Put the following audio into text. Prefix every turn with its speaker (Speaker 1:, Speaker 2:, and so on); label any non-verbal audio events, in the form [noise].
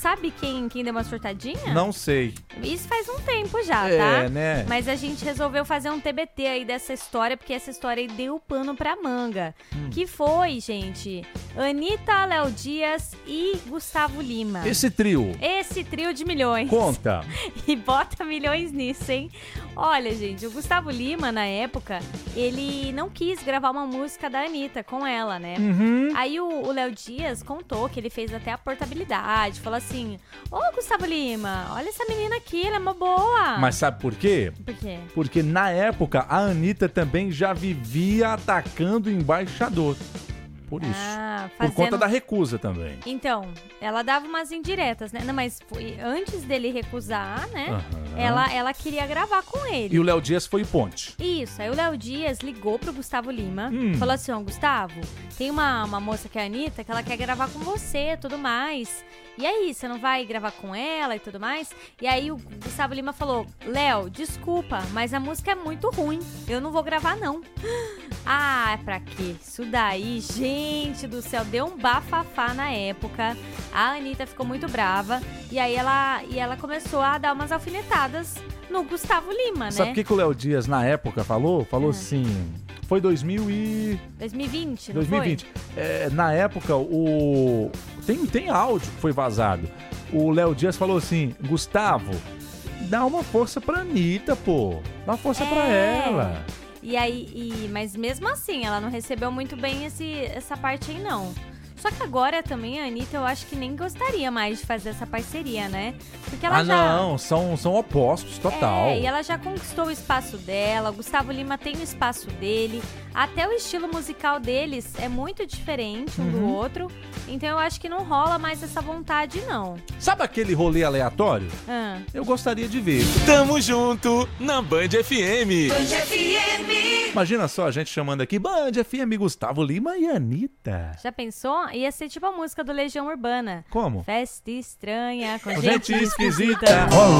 Speaker 1: sabe quem, quem deu uma surtadinha?
Speaker 2: Não sei.
Speaker 1: Isso faz um tempo já,
Speaker 2: É,
Speaker 1: É. tá?
Speaker 2: né?
Speaker 1: Mas a gente resolveu fazer um TBT aí dessa história, porque essa história aí deu pano pra manga.
Speaker 2: Hum.
Speaker 1: Que foi, gente, Anitta, Léo Dias e Gustavo Lima.
Speaker 2: Esse trio,
Speaker 1: Esse trio de milhões.
Speaker 2: conta.
Speaker 1: [laughs] E bota milhões nisso, hein? Olha, gente, o Gustavo Lima, na época, ele não quis gravar uma música da Anitta com ela, né?
Speaker 2: Uhum.
Speaker 1: Aí o o Léo Dias contou que ele fez até a portabilidade, falou assim: Ô Gustavo Lima, olha essa menina aqui, ela é uma boa.
Speaker 2: Mas sabe por quê?
Speaker 1: Por quê?
Speaker 2: Porque na época a Anitta também já vivia atacando o embaixador. Por isso.
Speaker 1: Ah,
Speaker 2: Por
Speaker 1: fazendo...
Speaker 2: conta da recusa também.
Speaker 1: Então, ela dava umas indiretas, né? Não, mas foi- antes dele recusar, né?
Speaker 2: Aham.
Speaker 1: Ela, ela queria gravar com ele.
Speaker 2: E o Léo Dias foi ponte.
Speaker 1: Isso, aí o Léo Dias ligou pro Gustavo Lima,
Speaker 2: Hum.
Speaker 1: falou assim, ó, Gustavo, tem uma, uma moça que é a Anitta, que ela quer gravar com você tudo mais. E aí, você não vai gravar com ela e tudo mais? E aí o Gustavo Lima falou, Léo, desculpa, mas a música é muito ruim, eu não vou gravar não. [gasps] Ah, pra quê? Isso daí, gente do céu, deu um bafafá na época. A Anitta ficou muito brava e aí ela, e ela começou a dar umas alfinetadas no Gustavo Lima, né?
Speaker 2: Sabe o que, que o Léo Dias na época falou? Falou
Speaker 1: Ah.
Speaker 2: assim. Foi 2000 e
Speaker 1: 2020, não
Speaker 2: 2020. É, na época, o. Tem, tem áudio que foi vazado. O Léo Dias falou assim: Gustavo, dá uma força pra Anitta, pô. Dá uma força pra
Speaker 1: É.
Speaker 2: ela.
Speaker 1: foi? E aí, e- mas mesmo assim, ela não recebeu muito bem esse, essa parte aí, não. Só que agora também a Anitta, eu acho que nem gostaria mais de fazer essa parceria, né? Porque ela
Speaker 2: ah,
Speaker 1: já.
Speaker 2: não, são, são opostos, total.
Speaker 1: É, e ela já conquistou o espaço dela, o Gustavo Lima tem o espaço dele, até o estilo musical deles é muito diferente um do
Speaker 2: Uhum.
Speaker 1: outro, então eu acho que não rola mais essa vontade, não.
Speaker 2: Sabe aquele rolê aleatório?
Speaker 1: Ah.
Speaker 2: Eu gostaria de ver.
Speaker 3: Tamo junto na Band FM.
Speaker 2: Imagina só a gente chamando aqui Band FM Gustavo Lima e Anitta.
Speaker 1: Já pensou? Ia ser tipo a música do Legião Urbana.
Speaker 2: Como?
Speaker 1: Festa estranha com
Speaker 2: Com
Speaker 1: gente [laughs]
Speaker 2: Gente esquisita.